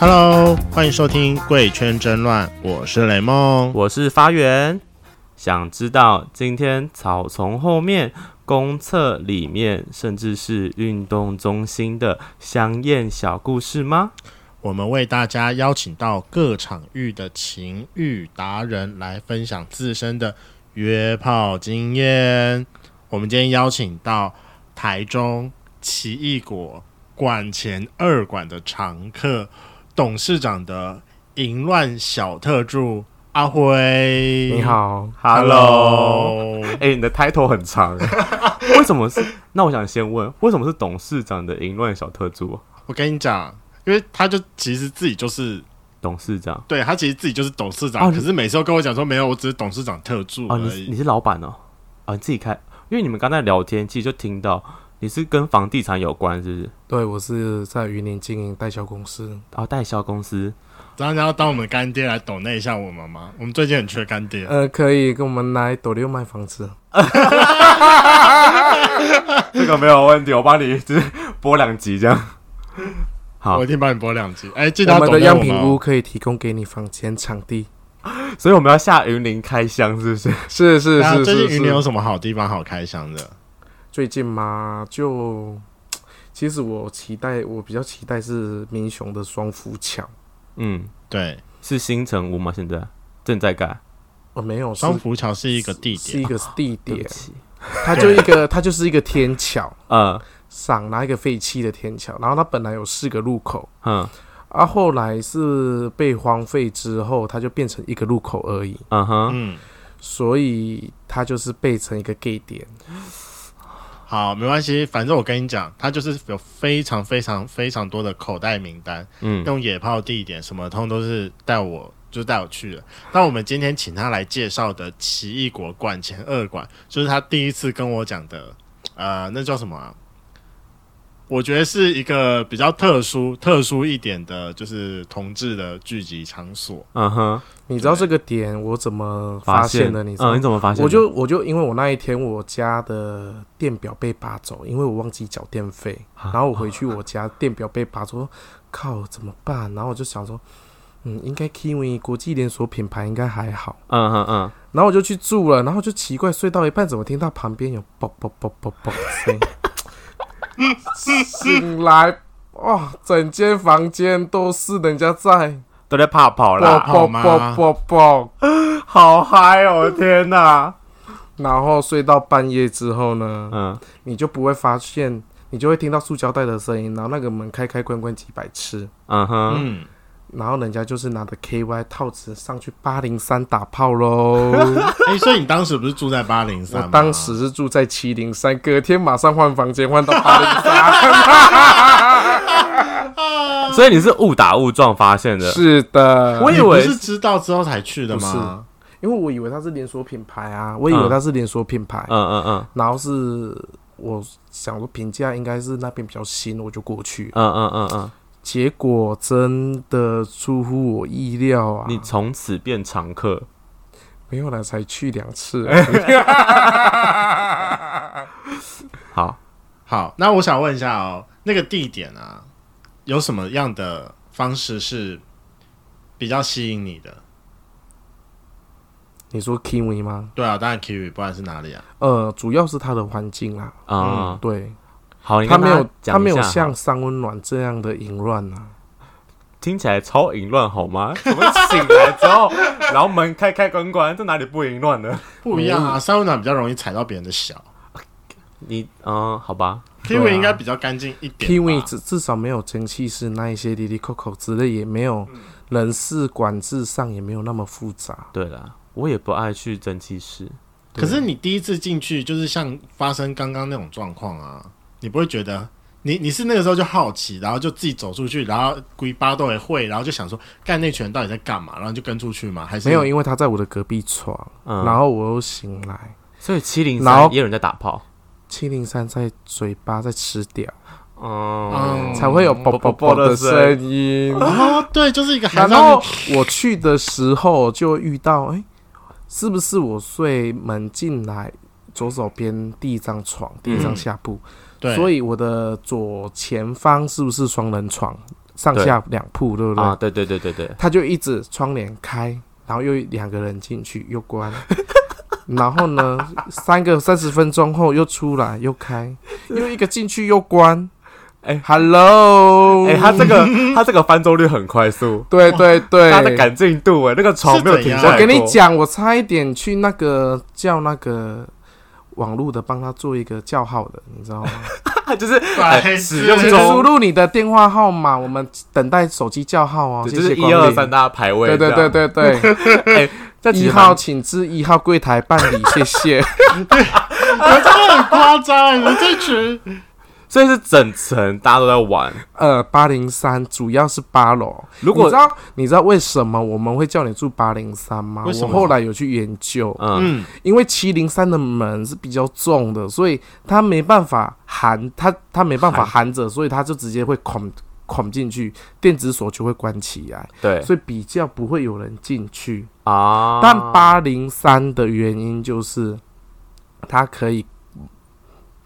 Hello，欢迎收听《贵圈争乱》，我是雷梦。我是发源。想知道今天草丛后面、公厕里面，甚至是运动中心的香艳小故事吗？我们为大家邀请到各场域的情欲达人来分享自身的约炮经验。我们今天邀请到台中奇异果馆前二馆的常客，董事长的淫乱小特助阿辉。你好， ，Hello。嗯哎、你的 title 很长，欸为什么是？那我想先问，为什么是董事长的淫乱小特助？我跟你讲，因为他就其实自己就是董事长对他其实自己就是董事长，哦可是每次都跟我讲说没有，我只是董事长特助哦，而你是已。你是老板哦，哦，你自己开，因为你们刚才聊天，其实就听到你是跟房地产有关，是不是？对我是在云林经营代销公司，哦，代销公司，然后你要当我们干爹来抖那一下我们吗？我们最近很缺干爹。呃，可以跟我们来斗六卖房子。这个没有问题，我帮你就是播两集这样。好我一，定帮你播两集。哎，记得我要们抖的内样我品们屋哦。可以提供给你房间、场地。所以我们要下云林开箱，是不是？是是那是啊最是近云林有是。什么好地方好开箱的？最近嘛，就其实我期待，我比较期待是民雄的双福桥。嗯，对，是新城屋吗？现在正在盖。哦，没有，是双福桥是一个地是啊点啊一，个地对不点，起，它就一个它就是一个天桥呃，上，拿一个废弃的天桥，然后它本来有四个路口。嗯啊，后来是被荒废之后，它就变成一个路口而已，嗯哼，嗯，所以它就是被成一个 gay 点。好，没关系，反正我跟你讲，它就是有非常非常非常多的口袋名单，嗯，用野炮地点什么通都是带我就带我去的。那我们今天请他来介绍的奇异果馆前二馆，就是他第一次跟我讲的，呃，那叫什么啊？我觉得是一个比较特殊、特殊一点的，就是同志的聚集场所。嗯哼，你知道这个点我怎么发现的？你知道嗯，你吗？怎么发现的？我就我就因为我那一天我家的电表被拔走，因为我忘记缴电费，啊然后我回去我家电表被拔走，靠怎么办？然后我就想说，嗯，应该 Kiwi 国际连锁品牌应该还好。嗯哼嗯，然后我就去住了，然后就奇怪，睡到一半怎么听到旁边有啵啵啵啵啵的声音？醒来，哇，整间房间都是人家在都在怕跑啵啦，跑啵吗啵啵啵。好嗨哦！天哪，然后睡到半夜之后呢，嗯，你就不会发现，你就会听到塑胶袋的声音，然后那个门开开关关几百次，嗯哼，嗯，然后人家就是拿着 KY 套子上去八零三打炮喽。哎、所以你当时不是住在八零我三？当时是住在七零三，隔天马上换房间，换到八零三。所以你是误打误撞发现的，是的，我你以不为是知道之后才去的吗？因为我以为它是连锁品牌啊，我以为它是连锁品牌，嗯嗯嗯然后是我想说评价应该是那边比较新，我就过去。嗯嗯嗯嗯，结果真的出乎我意料啊！你从此变常客，没有来才去两次， 好，好，那我想问一下哦，那个地点啊，有什么样的方式是比较吸引你的？你说 Kiwi 吗？对啊，当然 Kiwi，不然是哪里啊？呃，主要是它的环境啦，嗯，对，好，你它跟没有讲它一没有下像三温暖这样的淫乱啊。听起来超淫乱好吗？怎么醒来之后，然后门开开关关，这哪里不淫乱呢？不一样嗯啊，三温暖比较容易踩到别人的小 你嗯，好吧， ，Kiwi 应该比较干净一点吧。啊 Kiwi 至至少没有蒸汽室那一些滴滴扣扣之类，也没有嗯人事管制上也没有那么复杂。对了，我也不爱去蒸汽室，可是你第一次进去，就是像发生刚刚那种状况啊，你不会觉得你你是那个时候就好奇，然后就自己走出去，然后龟巴都也会，然后就想说干那群人到底在干嘛，然后就跟出去吗？还是没有，因为他在我的隔壁床，嗯，然后我又醒来，所以七零然后三也有人在打炮，七零三在嘴巴在吃屌，嗯嗯才会有啵啵啵的声音。嗯哦，对，就是一个还然在那后我去的时候就遇到，哎、是不是我睡门进来，左手边第一张嗯床，第一张下铺，对，所以以我的左前方是不是双人床？上下两铺，对不对？啊，对对对对对，他就一直窗帘开，然后又两个人进去又关， 然后呢，三个三十分钟后又出来又 开，又一个进去又关。哎，Hello，哎、他这个他这个翻周率很快速，对对对，他的赶进度哎、那个床没有停下我来我跟你过，讲，我差一点去那个叫那个网络的帮他做一个叫号的，你 知道吗？ 就是白痴使用请中输入你的电话号码，我们等待手机叫号哦。就谢是谢一光二临三，大家排位，对对对，对对， 这其一实号蛮请至一号柜台办理，谢谢。你们真的很夸张，你们这群所以是整层大家都在玩，呃，八零三主要是八楼。如果你知道你知道为什么我们会叫你住八零三吗？为什我么后来有去研究，嗯，嗯，因为七零三的门是比较重的，所以它没办法含它它没办法含着，所以它就直接会孔孔进去，电子锁就会关起来，对所以比较不会有人进去。啊，但八零三的原因就是它可以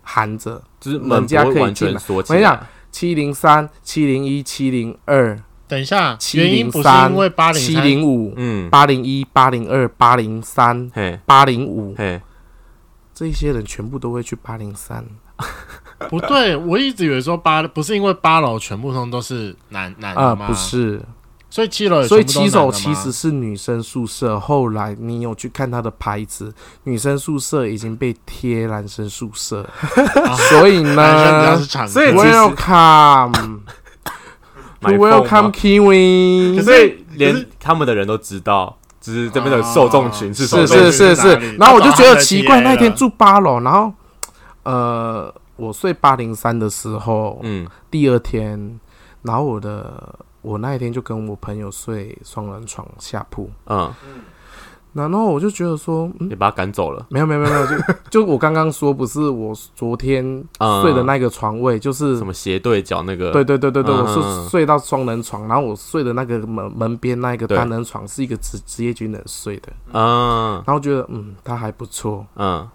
含着。就是门人家不可会以完进全来锁起我跟你来讲，七零三、七零一、七零二、等一下， 703原因不是因为八零七零五、嗯，八零一、八零二、八零三、嘿八零五，嘿，这一些人全部都会去八零三。不对，我一直以为说八不是因为八楼全部通都是男男啊、的吗？不，是，所以七楼也所以全七部都是男手的其吗实是女生宿舍。后来你有去看它的牌子，女生宿舍已经被贴男生宿舍， 所以男生比较呢是常客，所以其实 ，Welcome 买凤 to Welcome 吗 Kiwi，可是连他们的人都知道，就是这边的受众群是什么啊是手东西背是是是哪里是，然后我就他觉找他得的奇 TA 怪，那一天了住八楼，然后呃，我睡八零三的时候，嗯，第二天，然后我的我那一天就跟我朋友睡双人床下铺，嗯，然后我就觉得说，嗯，你把他赶走了，没有没有没有没有， 就就我刚刚说不是我昨天嗯呃睡的那个床位，就是什么斜对角那个，对对对对对，嗯我嗯嗯是睡到双人床，然后我睡的那个门门边那一个对单人床是一个职职业军人睡的，嗯然后觉得嗯他还不错，嗯，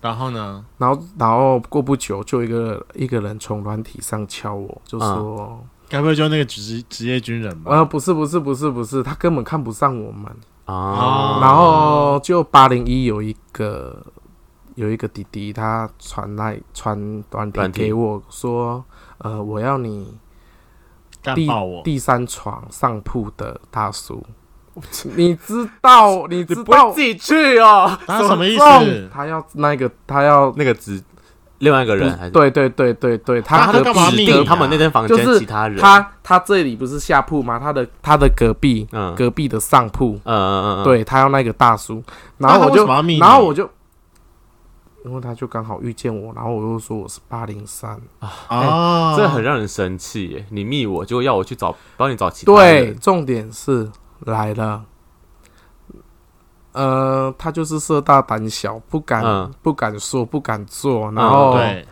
然后呢？然后然后过不久就一个一个人从软体上敲我，就说，该不会就那个职职业军人吧？呃不是不是不是不是，他根本看不上我们，啊，然后就八零一有一个有一个弟弟，他传来传短软体体给我说，呃，我要你干第爆我！第三床上铺的 大叔，你知道你你知不道会自己去哦？他什么意送思？他要那个他要那个指另外一个人还是对对对对对，啊他他那隔干壁嘛指密定啊他们那间房间就是其他人，他他这里不是下铺吗？他的他的隔壁、嗯隔壁的上铺，嗯嗯嗯，嗯，对他要那个大叔，然那后他我为什就么要密你然后我就，因为他就刚好遇见我，然后我又说我是八零三，哎哦，这很让人生气耶！你密我，就要我去找帮你找其他对，人，重点是来了。呃，他就是色大胆小，不敢、嗯不敢说，不敢做，然嗯后、对，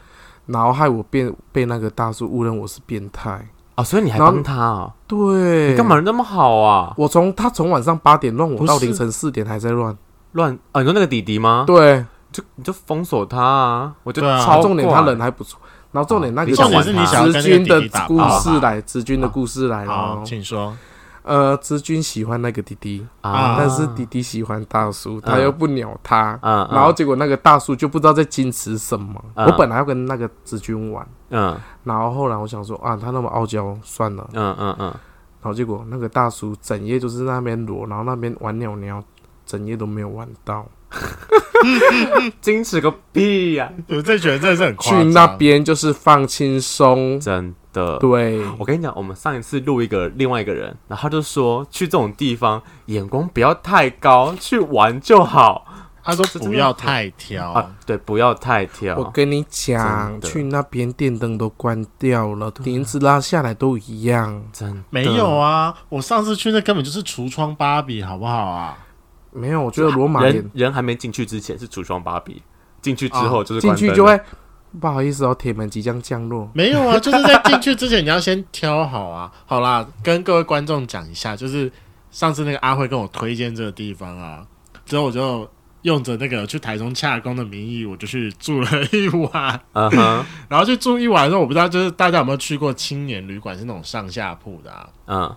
然后害我变被那个大叔误认我是变态。哦，所以你还然后帮他哦？对，你干嘛那么好啊？我从他从晚上八点乱不我到是凌晨四点还在乱，乱啊！你说那个弟弟吗？对，就你就封锁他啊！我就对啊超重点怪哦他人还不错，然后重点那个你想玩他直军的重点是你想要跟那个弟弟啊故事打炮来，直军的故事来了好，哦。请说。呃，直军喜欢那个弟弟，啊但是弟弟喜欢大叔，他又不鸟他，嗯嗯然后结果那个大叔就不知道在矜持什么。嗯我本来要跟那个直军玩，嗯然后后来我想说啊，他那么傲娇，算了。嗯嗯嗯，然后结果那个大叔整夜就是在那边裸，然后那边玩鸟鸟，整夜都没有玩到。矜持个屁呀！我这觉得真的是很夸去张。那边就是放轻松，真的，对，我跟你讲，我们上一次录一个另外一个人，然后他就说去这种地方眼光不要太高，去玩就好他说不要太挑啊，。对，不要太挑。哦我跟你讲真，的去那边电灯都关掉了，帘子拉下来都一样。真的没有啊，我上次去那根本就是橱窗芭比，好不好啊？没有，我觉得罗马人帘人还没进去之前是橱窗芭比，进去之后就是哦进关去灯就了会不好意思哦，铁门即将降落。没有啊，就是在进去之前你要先挑好啊。好啦，跟各位观众讲一下，就是上次那个阿辉跟我推荐这个地方啊，之后我就用着那个去台中洽公的名义，我就去住了一晚。 嗯哼，然后去住一晚的时候，我不知道就是大家有没有去过青年旅馆，是那种上下铺的啊。嗯，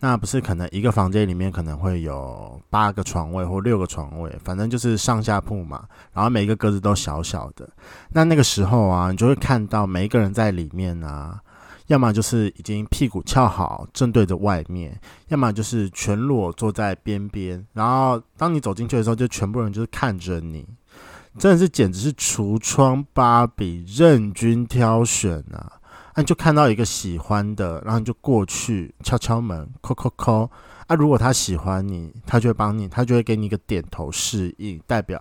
那不是可能一个房间里面可能会有八个床位或六个床位，反正就是上下铺嘛。然后每一个格子都小小的。那那个时候啊，你就会看到每一个人在里面啊，要么就是已经屁股翘好，正对着外面；要么就是全裸坐在边边。然后当你走进去的时候，就全部人就是看着你，真的是简直是橱窗芭比任君挑选啊！啊，你就看到一个喜欢的，然后你就过去敲敲门，扣扣扣。啊，如果他喜欢你，他就会帮你，他就会给你一个点头示意，代表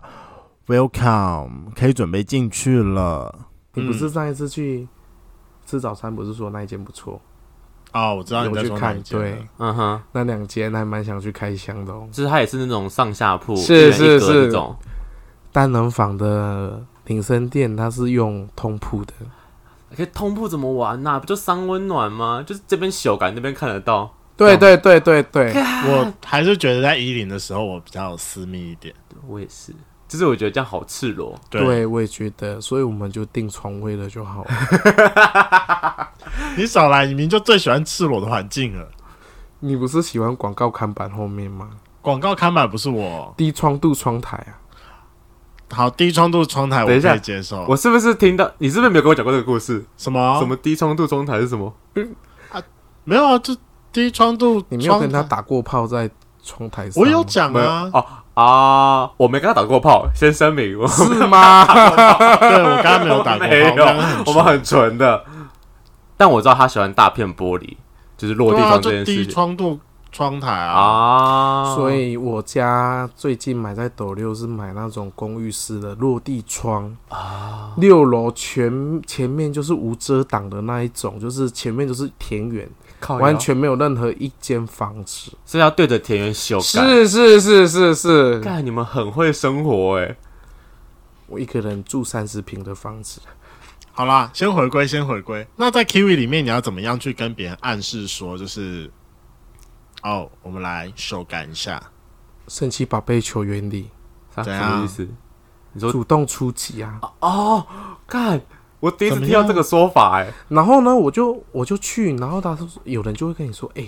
welcome，可以准备进去了。你不是嗯上一次去吃早餐，不是说那一间不错？哦，我知道你在有去说哪一看，间了对，嗯哼，那两间还蛮想去开箱的哦。就是它也是那种上下铺，是一人一是格是那种，单人房的顶身店，它是用通铺的，哦可以通铺怎么玩呐、不就三温暖吗？就是这边小感那边看得到，对对对对对，我还是觉得在一零的时候我比较私密一点。我也是，就是我觉得这样好赤裸，对，对我也觉得，所以我们就订床位了就好了。 你少来，你明明就最喜欢赤裸的环境了。你不是喜欢广告看板后面吗？广告看板不是我，低窗度窗台啊，好低窗度窗台我等一下可以接受。我是不是听到？你是不是没有跟我讲过这个故事？什么什么低窗度中台是什么？没有啊？就低窗度，你没有跟他，打过炮在窗台上我吗？有讲啊。啊，我没跟他打过炮，先声 明，我是吗？对我刚刚没有打过没炮，有刚刚很，我们很纯的。但我知道他喜欢大片玻璃，就是落地对啊，窗这就件事低情窗度窗台啊，啊。所以我家最近买在斗六是买那种公寓式的落地窗哦啊，六楼全前面就是无遮挡的那一种，就是前面就是田园，靠腰完，全没有任何一间房子。是要对着田园修改。是是是是是，干，你们很会生活哎、我一个人住三十平的房子，好啦，先回归，先回归。那在 Kiwi 里面，你要怎么样去跟别人暗示说，就是哦，我们来手感一下，圣七宝贝球原理，啥怎什样么意思？都主动出击啊！哦，干，我第一次怎么听到样这个说法哎、然后呢，我就我就去，然后他说有人就会跟你说，哎、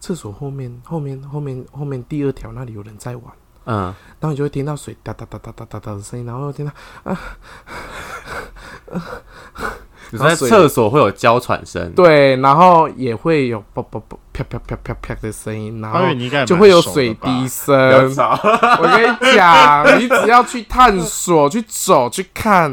厕所后面后面后面后面第二条那里有人在玩。嗯，然后你就会听到水哒哒哒哒哒哒哒的声音，然后又听到你说在然后水厕所会有娇喘声，对，然后也会有啵啵啵啪啪啪啪啪的声音，然我以为后你应该也蛮就会有熟的水吧滴声。不要吵。我跟你讲，你只要去探索、去走、去看。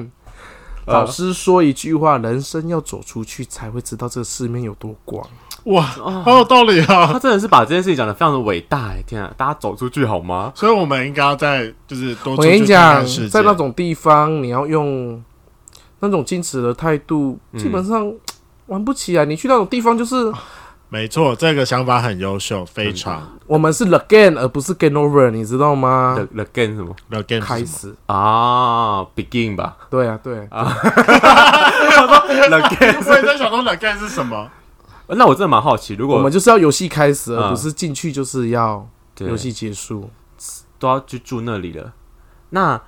呃老师说一句话：人生要走出去，才会知道这个世面有多广。哇，好有道理哦。 他真的是把这件事情讲得非常的伟大哎、天啊，大家走出去好吗？所以我们应该要在就是多出我跟你去看讲看世，界在那种地方，你要用那种矜持的态度，嗯基本上玩不起来。啊你去那种地方，就是没错，这个想法很优秀，非常。我们是 the game，而不是 game over，你知道啊吗 the？the game 什么 The game 是开什么始，啊？begin 吧。对啊，对啊， The game 我也在想说 The game 是什么？ 那我真的蛮好奇，如我果们就是要游戏开始，嗯而不是进去就是要对游戏结束。都要去住那里了，那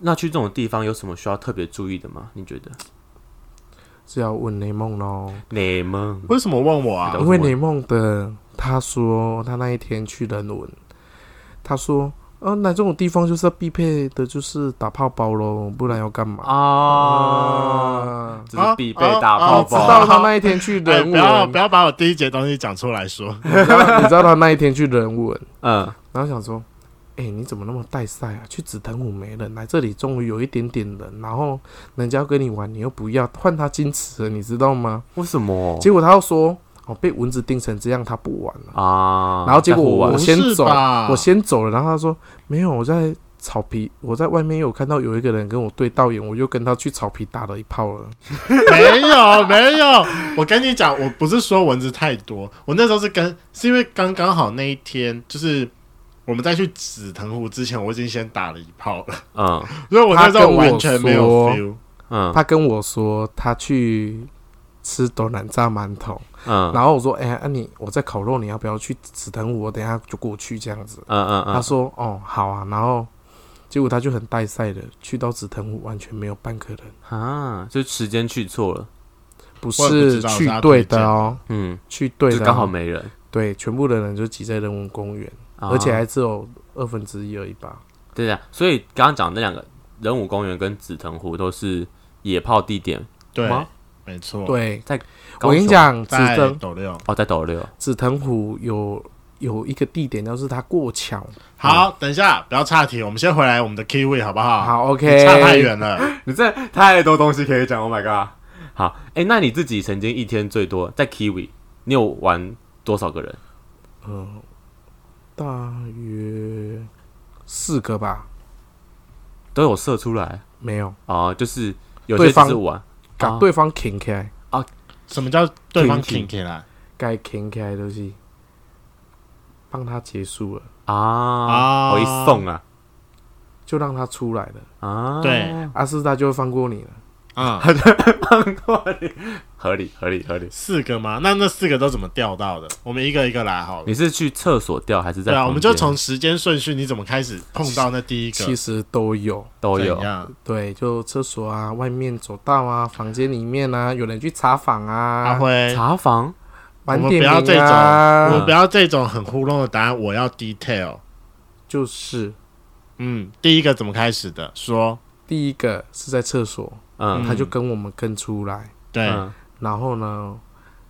那去这种地方有什么需要特别注意的吗？你觉得？是要问雷梦喽，你们为什么问我啊是？的因为雷梦的他说他那一天去人文，他说，呃，那这种地方就是要必备的，就是打泡包喽，不然要干嘛？啊，啊，这是必备打啊啊泡你知道泡，他那一天去 哎，人不要文不，要把我第一节东西讲出来说。你知道你知道他那一天去人文，嗯，然后想说，哎、你怎么那么带赛啊？去紫藤舞没人，来这里终于有一点点人，然后人家要跟你玩，你又不要，换他矜持了，你知道吗？为什么结果他又说，哦，被蚊子叮成这样，他不玩了。啊？然后结果在乎我不玩是先走吧我先走了，然后他说没有，我在草皮，我在外面有看到有一个人跟我对到眼，我就跟他去草皮打了一炮了。 没有没有，我跟你讲，我不是说蚊子太多，我那时候是跟是因为刚刚好那一天，就是我们在去紫藤湖之前，我已经先打了一炮了，嗯所以我那时他候跟我完全没有说 feel。嗯他跟我说他去吃斗南炸馒头，嗯嗯然后我说哎、啊你我在烤肉，你要不要去紫藤舞？我等一下就过去这样子。嗯嗯他说：“哦，好啊。”然后结果他就很带赛的去到紫藤湖，完全没有半个人，啊，就时间去错了，不我也不知是道去是他对推荐的哦，嗯，去对就的、哦，刚好没人，对，全部的人就挤在人文公园，啊而且还只有二分之一而已吧。对呀，所以刚刚讲的那两个人武公园跟紫藤湖都是野炮地点，对吗，没错。，对，高我跟你雄讲，紫在藤斗六。哦，在斗六，紫藤湖有有一个地点，就是它过桥。好，等一下，不要岔题，我们先回来我们的 Kiwi 好不好？，嗯好，OK，啊差太。远了。你这太多东西可以讲，Oh my god！好，哎、那你自己曾经一天最多在 Kiwi，你有玩多少个人？嗯、大约四个吧，都有射出来没啊有，哦，就是有对些只方是玩把哦对方停开，什么叫对方挺 king 起来该停开就是帮他结束了，啊，我一送啊就让他出来了，啊，对，阿斯他就会放过你了。啊？ 合理合理合理。四个吗？那那四个都怎么钓到的？我们一个一个来好了你。是去厕所掉还是在对房间？啊，我们就从时间顺序，你怎么开始碰到那第一个？其实都有，都有怎样对，就厕所啊、外面走道啊、房间里面啊，有人去查访阿啊、辉，查房晚我们点不要名我啊，们不要这种很糊弄的答案，我要 detail。就是嗯，第一个怎么开始的？说第一个是在厕所，嗯他就跟我们跟出来，对，嗯然后呢，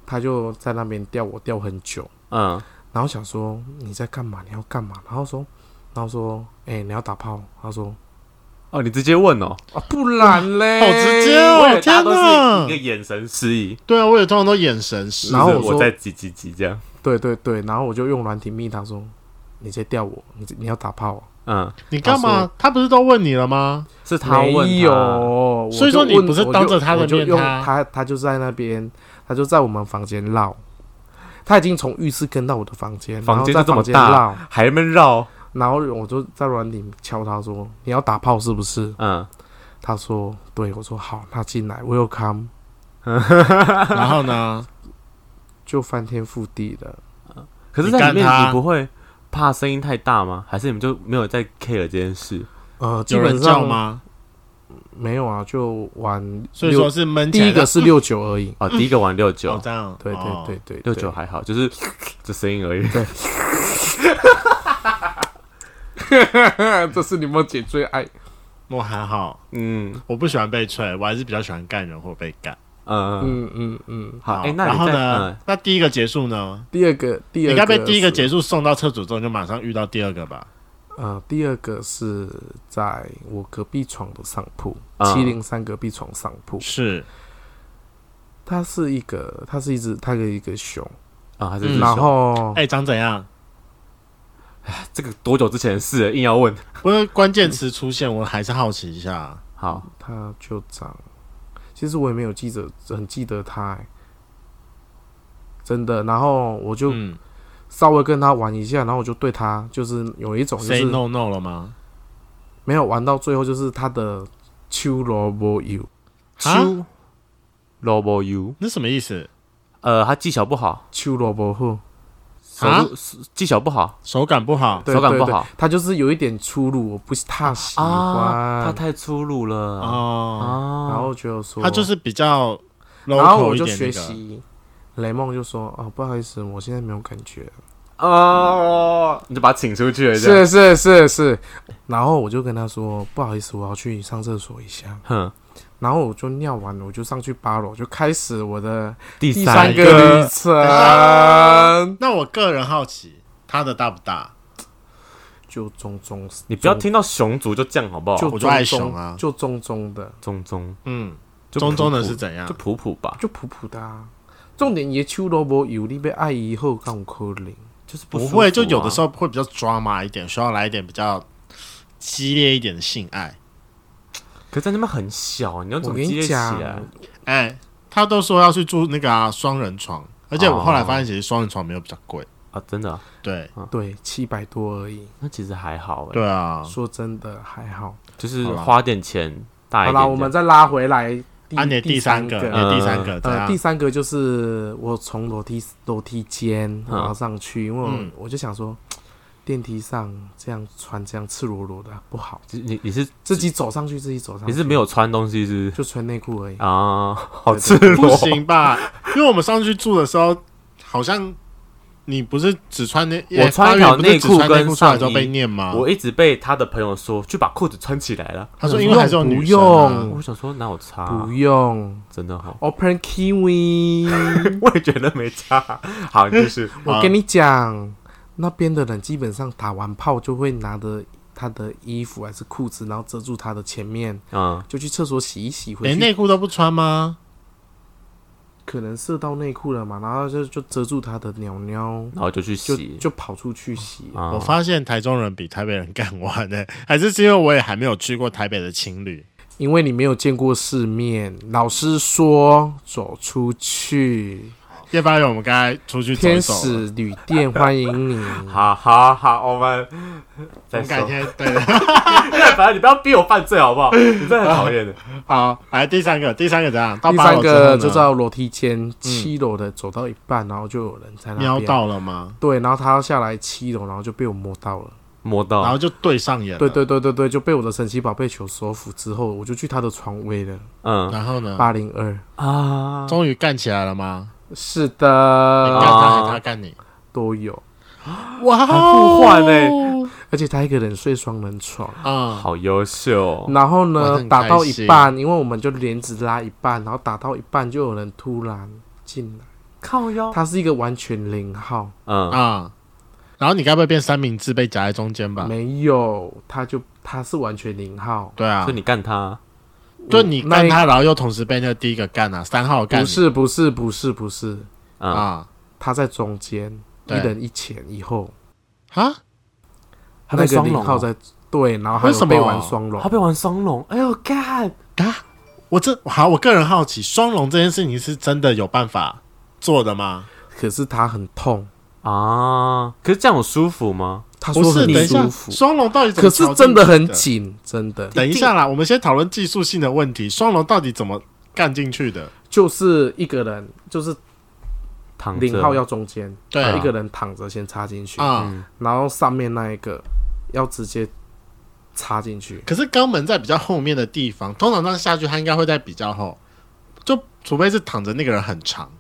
他就在那边吊我吊很久，嗯然后想说你在干嘛？你要干嘛？然后说，然后说，哎、你要打炮？他说哦，你直接问哦，啊，不然 嘞，好直接哦哎我以为大家都天哪是一个眼神示意，对啊，我也通常都眼神是然后就是我说我在挤挤挤这样，对对对，然后我就用软体密他说你在吊我，你你要打炮、啊？嗯，你干嘛？他不是都问你了吗？ 是他问没他有，我啊所以说就你问不是我当就着他的我就面用他他他就在那边，他就在我们房间绕，他已经从浴室跟到我的房间，房然后间在就这么房间大绕，还没绕，然后我就在软顶敲他说你要打炮是不是？嗯，他说对，我说好，那进来，welcome，然后呢？就翻天覆地了。可是你在干里面他你不会怕声音太大吗？还是你们就没有在 care 这件事？呃，基有人本叫上吗？没有啊，就玩所以说是闷起第来一个的是六九而已。哦，第一个玩六九、哦，这样，对对哦对对，六对九还好，就是这声音而已。 这是你们姐最爱。我还好，嗯我不喜欢被吹，我还是比较喜欢干人或被干。哦嗯，嗯嗯嗯。好，哎、那你然后在呢？？那第一个结束呢？第二个，第你二应个该被第一个是结束送到厕所之后，就马上遇到第二个吧？呃，第二个是在我隔壁床的上铺，啊嗯七零三隔壁床上铺。是，它是一个，它是一只，它有一个熊，啊、还是嗯只然手后哎，长怎样？这个多久之前的事了？硬要问。不是关键词出现，我还是好奇一下。好，它就长。其实我也没有记着，很记得它、哎真的。然后我就嗯稍微跟它玩一下，然后我就对它就是有一种就，say 是 no no 了吗？没有玩到最后，就是它的秋萝卜油，啊，秋 l o b o U，那什么意思？呃，他技巧不好，秋萝卜后。手啊入手技巧不好，手感不好，对手感对不对好它就是有一点出入，我不是太喜欢。啊，他太粗鲁了哦，啊然后就说，他就是比较 local 一点、那个然后我就学习雷梦就说，哦，不好意思，我现在没有感觉。哦，你就把他请出去了，这样是是是是，然后我就跟他说，不好意思，我要去上厕所一下。哼，然后我就尿完了，我就上去八楼，就开始我的第第三三个个旅旅程，那我个人好奇，他的大不大？就中中，你不要中听到熊族就这样好不好？就我中就爱熊啊就中中的，中中嗯，就中中的普普是怎样就？普普吧，就普普的、啊。重点也秋萝卜油，你被爱以后干我可怜。就是不啊不啊会，就有的时候候会比较抓马一点，需要来一点比较激烈一点的性爱。啊，可是在那边很小，你要怎我么跟接你起讲，来？哎，他都说要去住那个啊双、人床，而且我哦后来发现其实双人床没有比较贵。啊，真的啊，对，对，七百多而已。那其实还好哎，对啊，说真的还好。就是好啦花点钱大一好点这嗯啦，样。我们再拉回来第啊，你的第三三个，个，你的第三个怎呃，第样？三个就是我从楼梯楼梯间嗯然后上去，因为我嗯我就想说，电梯上这样穿这样赤裸裸的啊不好，你你你是自己走上去自己走上去，你是没有穿东西是不是就穿内裤而已。啊？好对赤对不裸，行吧？ 因为我们上去住的时候，好像你不是只穿那，我穿一条内裤发源不是只穿内跟出来上之后被衣念吗？我一直被他的朋友说去把裤子穿起来了。他说因为还是有女生不啊、用我想说哪有差啊、不用真的哦好，，Open 啊 Kiwi， 我也觉得没差。好，就是我跟你讲，那边的人基本上打完炮就会拿着他的衣服还是裤子，然后遮住他的前面， 嗯，就去厕所洗一洗，回连去内裤都不穿吗？可能射到内裤了嘛，然后就就遮住他的鸟鸟，然后就去就洗。就跑出去洗。啊我发现台中人比台北人更晚呢、 还是是因为我也还没有去过台北的情侣。因为你没有见过世面，老师说走出去，叶发源，我们刚才出去走一天走了，使旅店欢迎 你。好好好，我们我再们改说。天对。 反正你不要逼我犯罪好不好？你真的很讨厌的。好， 来第三个，第三个怎样？到第八三楼之后呢个就到楼梯间，七楼的走到一半，然后就有人在那瞄边，到了吗？对，然后他要下来七楼，然后就被我摸到了， 摸然到后就对上眼了。对对对对对，就被我的神奇宝贝球收服之后，我就去他的床位了，嗯然后呢？八零二，啊，终于干起来了吗？是哎你干的，他还是他干你？都有，哇还互换欸而且他一个人睡双人床。哦啊！好优秀。哦然后哇呢，哦很打到开一心半，因为我们就帘子拉一半，然后打到一半就有人突然进来，靠哦腰，他是一个完全零号，嗯，啊，然后你该不会变三明治被夹在中间吧？没有，他就他是完全零号，对啊所以，你干他，就你那干他，然后又同时被那个第一个干啊，三号干不你是不是不是不是，嗯，啊他在中间，一对人一前一后，啊！他那被个双零龙号哦，在对，然后还为有什么被玩双龙他，被玩双龙，哎呦干，啊我这好，我个人好奇，双龙这件事情是真的有办法做的吗？可是他很痛，啊！可是这样有舒服吗？他不说是，很等一下舒，服，双龙到底怎可么？是真的很。紧，真的等一下啦，我们先讨论技术性的问题，双龙到底怎么干进去的？就是一个人就是躺着零号要中间，对他啊一个人躺着先插进去，啊，嗯然后上面那一个要直接插进去，可是肛门在比较后面的地方，通常这样下去，它应该会在比较后，就除非是躺着那个人很长。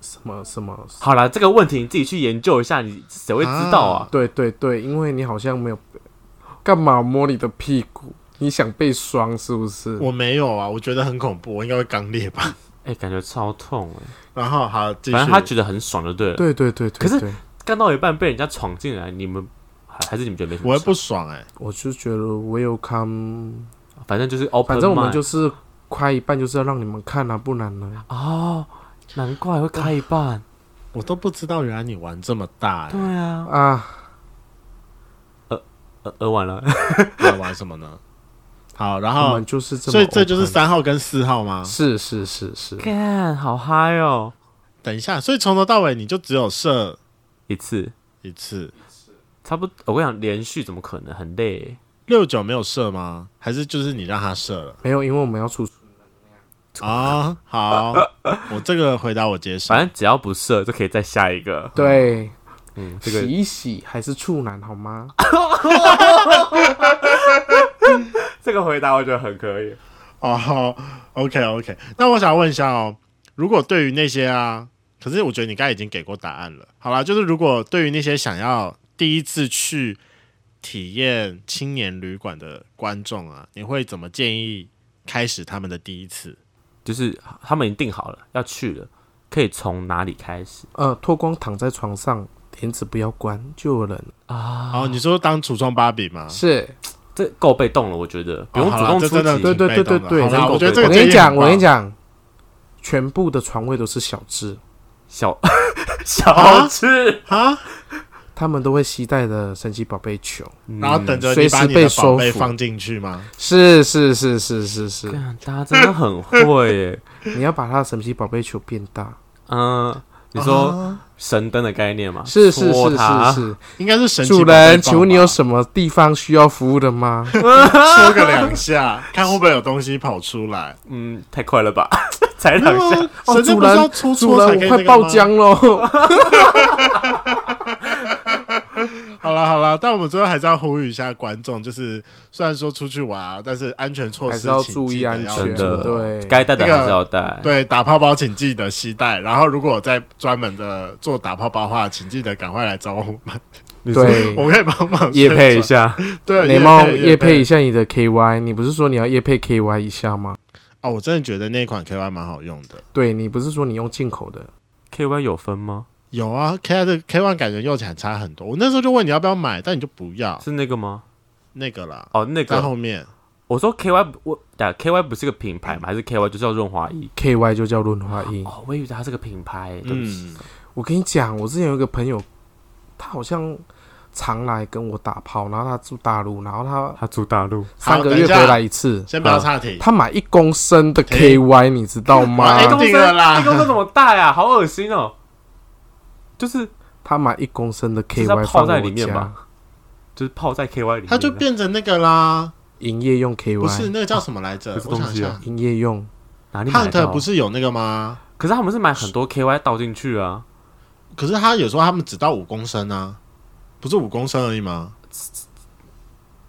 什么什么，好了，这个问题你自己去研究一下，你谁会知道啊？对对对，因为你好像没有干嘛摸你的屁股，你想被双是不是？我没有啊，我觉得很恐怖，我应该会刚裂吧。 哎、感觉超痛哎、然后好，继续反正他觉得很爽就对了。对对对对，可是对干到一半被人家闯进来，你们还还是你们觉得没什么？我会不，爽哎、我就觉得 welcome，反正就是 open，反正我们 mind 就是快一半就是要让你们看啊，不然呢？哦，难怪会开一半。我都不知道原来你玩这么大、欸，对啊，啊，呃呃，完了，你在玩什么呢？好，然我后们就是这么，所以这就是，三号跟四号吗？是是是 是，干好嗨哦！等一下，所以从头到尾你就只有射一次一次，差不多，我跟你讲，连续怎么可能很累欸？六九没有射吗？还是就是你让他射了没有，因为我们要出，嗯啊？好，我这个回答我接受反。正只要不射就可以再下一个。对，嗯，这洗个一洗还是处男好吗？这个回答我觉得很可以。哦，OK OK，那我想问一下哦，如果对于那些啊，可是我觉得你刚才已经给过答案了。好啦，就是如果对于那些想要第一次去体验青年旅馆的观众啊，你会怎么建议开始他们的第一次？就是他们已经定好了要去了，可以从哪里开始呃，脱光躺在床上，帘子不要关，就有人啊啊？哦，你说当橱窗芭比吗？是，这够被动了，我觉得不用哦好主啦动这出真的击。挺对对被动的对对好啦对我觉得这对个我跟建你议讲，很我跟棒你讲，全部的床位都是小智， 小小吃，啊，他们都会携带的神奇宝贝球， 然嗯后等着嗯随你时把你被的收宝贝服放进去吗？是是是是是是，干大家真的很会 耶。你要把他的神奇宝贝球变大，嗯，你说啊神灯的概念嘛？是是戳是它是应该是神是，奇宝主贝人，棒请问你有吧什么地方需要服务的 吗？戳个两下，看会不会有东西跑出来？嗯，太快了吧？ 才两下，哦神灯主不是人要搓主搓才 可人，以那我个快吗爆浆喽！好了好了，但我们最后还是要呼吁一下观众，就是虽然说出去玩啊，但是安全措还施是要请注记意得安要全，真的对，该带的那个还是要带。对，打泡泡请记得携带，然后如果有在专门的做打泡泡的话，请记得赶快来找我们，对我可以帮忙夜宣配一传，下，对，雷业梦配夜业配一下你的 KY，你不是说你要夜配 KY 一下吗？哦，我真的觉得那款 KY 蛮好用的，对你不是说你用进口的？ KY 有分吗？有啊，K 的 K one 感觉用起来差很多，我那时候就问你要不要买，但你就不要是那个吗？那个啦，哦，那啊在个，后面我说 KY 不我打 KY 不是个品牌吗？还是 KY 就叫润滑液？ K Y 就叫润滑液。哦，我以为它是个品牌，对不起。嗯，我跟你讲，我之前有一个朋友，他好像常来跟我打炮，然后他住大陆，然后他他住大陆，三个等一月下回来一次，先不要岔题，他买一公升的停 K Y，你知道 哇吗哎？哎一公定了啦升，一公升怎么带啊？好恶心哦！就是他买一公升的 K 是要 Y 泡在里面吧？就是泡在 KY 里面，它就变成那个啦，营业用 K 不是 Y，那个叫什么来着不？是我想东一西下啊营业用哪里买得，Hunt 啊到？不，是有那个吗？可是他们是买很多 KY 倒进去啊，可是它有时候他们只到五公升啊，不是五公升而已吗？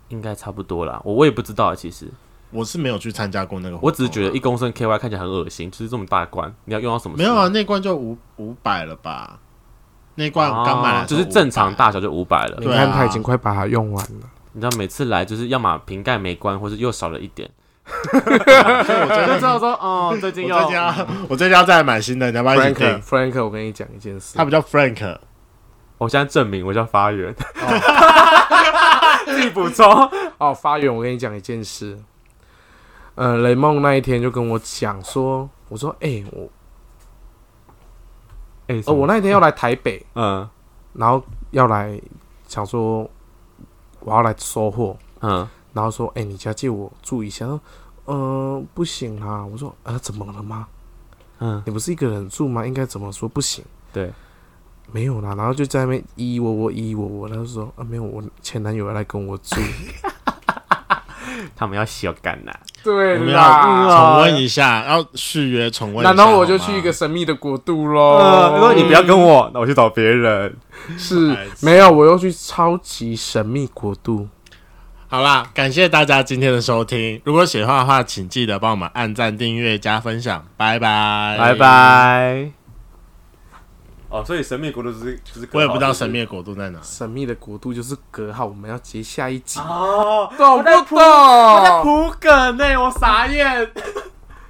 应该差不多啦。我我也不知道啊，其实我是没有去参加过那个活动啊，我只是觉得一公升 KY 看起来很恶心，就是这么大罐，你要用到什么？没有啊，，那罐就五五百了吧？那罐我刚买来哦的时就候是正常500，大小就五百了你。对啊看他已经快把它用完了。你知道每次来就是要么瓶盖没关，或是又少了一点，所以我最我就 近知道说 哦，最近我又最近要我最近要再买新的，你要不要一起 Frank 订？ Frank，我跟你讲一件事它，不叫 Frank，我现在证明我叫发 源，自己补充。哦，发源，我跟你讲一件事。呃，雷梦那一天就跟我讲说，我说，哎、我哎、呃，我那一天要来台北，嗯然后要来想说我要来收货，嗯，然后说，哎、你家借我住一下。他说呃，不行啊！我说，呃，怎么了吗？嗯，你不是一个人住吗？应该怎么说不行？对，没有啦，然后就在那边依依我我依依我我，他就说啊，没有，我前男友要来跟我住。他们要小干呐，对我们啦要，啊重温一下，要续约重温一下。然后我就好吗去一个神秘的国度呃，喽。如果你不要跟我，那我去找别人。是白痴没有，我又去超级神秘国度。好啦，感谢大家今天的收听。如果喜欢的话，请记得帮我们按赞、订阅、加分享，拜拜，拜。拜。哦，所以神秘国度就是就是我也不知道神秘的国度在哪。神秘的国度就是隔好，我们要接下一集，哦，懂不懂？我在普梗呢，我傻眼。